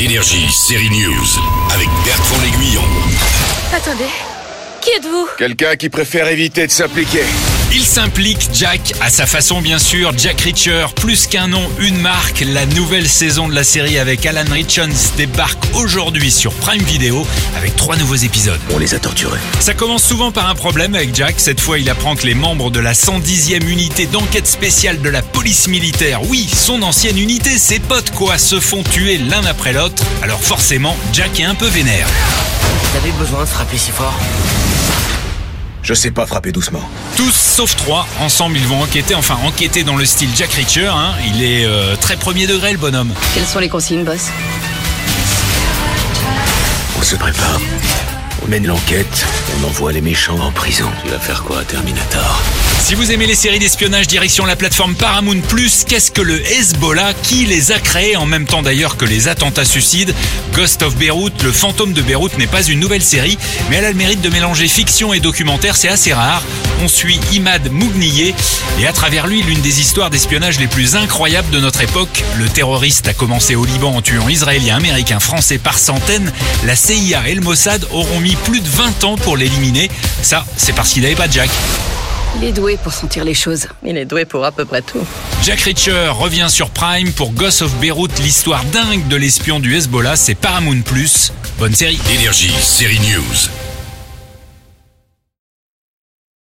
Énergie, série news, avec Bertrand L'Aiguillon. Attendez, qui êtes-vous Quelqu'un qui préfère éviter de s'appliquer. Il s'implique, Jack, à sa façon bien sûr. Jack Reacher, plus qu'un nom, une marque. La nouvelle saison de la série avec Alan Richards débarque aujourd'hui sur Prime Video avec trois nouveaux épisodes. On les a torturés. Ça commence souvent par un problème avec Jack. Cette fois, il apprend que les membres de la 110e unité d'enquête spéciale de la police militaire, oui, son ancienne unité, ses potes quoi, se font tuer l'un après l'autre. Alors forcément, Jack est un peu vénère. T'avais besoin de frapper si fort Je sais pas frapper doucement. Tous sauf trois, ensemble ils vont enquêter, enfin enquêter dans le style Jack Reacher. hein. Il est euh, très premier degré le bonhomme. Quelles sont les consignes, boss On se prépare. On mène l'enquête. On envoie les méchants en prison. Tu vas faire quoi, Terminator Si vous aimez les séries d'espionnage direction la plateforme Paramount Plus, qu'est-ce que le Hezbollah Qui les a créés en même temps d'ailleurs que les attentats suicides Ghost of Beyrouth, le fantôme de Beyrouth n'est pas une nouvelle série, mais elle a le mérite de mélanger fiction et documentaire, c'est assez rare. On suit Imad Mougnier et à travers lui l'une des histoires d'espionnage les plus incroyables de notre époque. Le terroriste a commencé au Liban en tuant Israéliens, Américains, Français par centaines. La CIA et le Mossad auront mis plus de 20 ans pour l'éliminer. Ça, c'est parce qu'il n'avait pas de Jack. Il est doué pour sentir les choses. Il est doué pour à peu près tout. Jack Reacher revient sur Prime pour Ghost of Beyrouth, l'histoire dingue de l'espion du Hezbollah, c'est Paramount+. Bonne série Énergie, série news.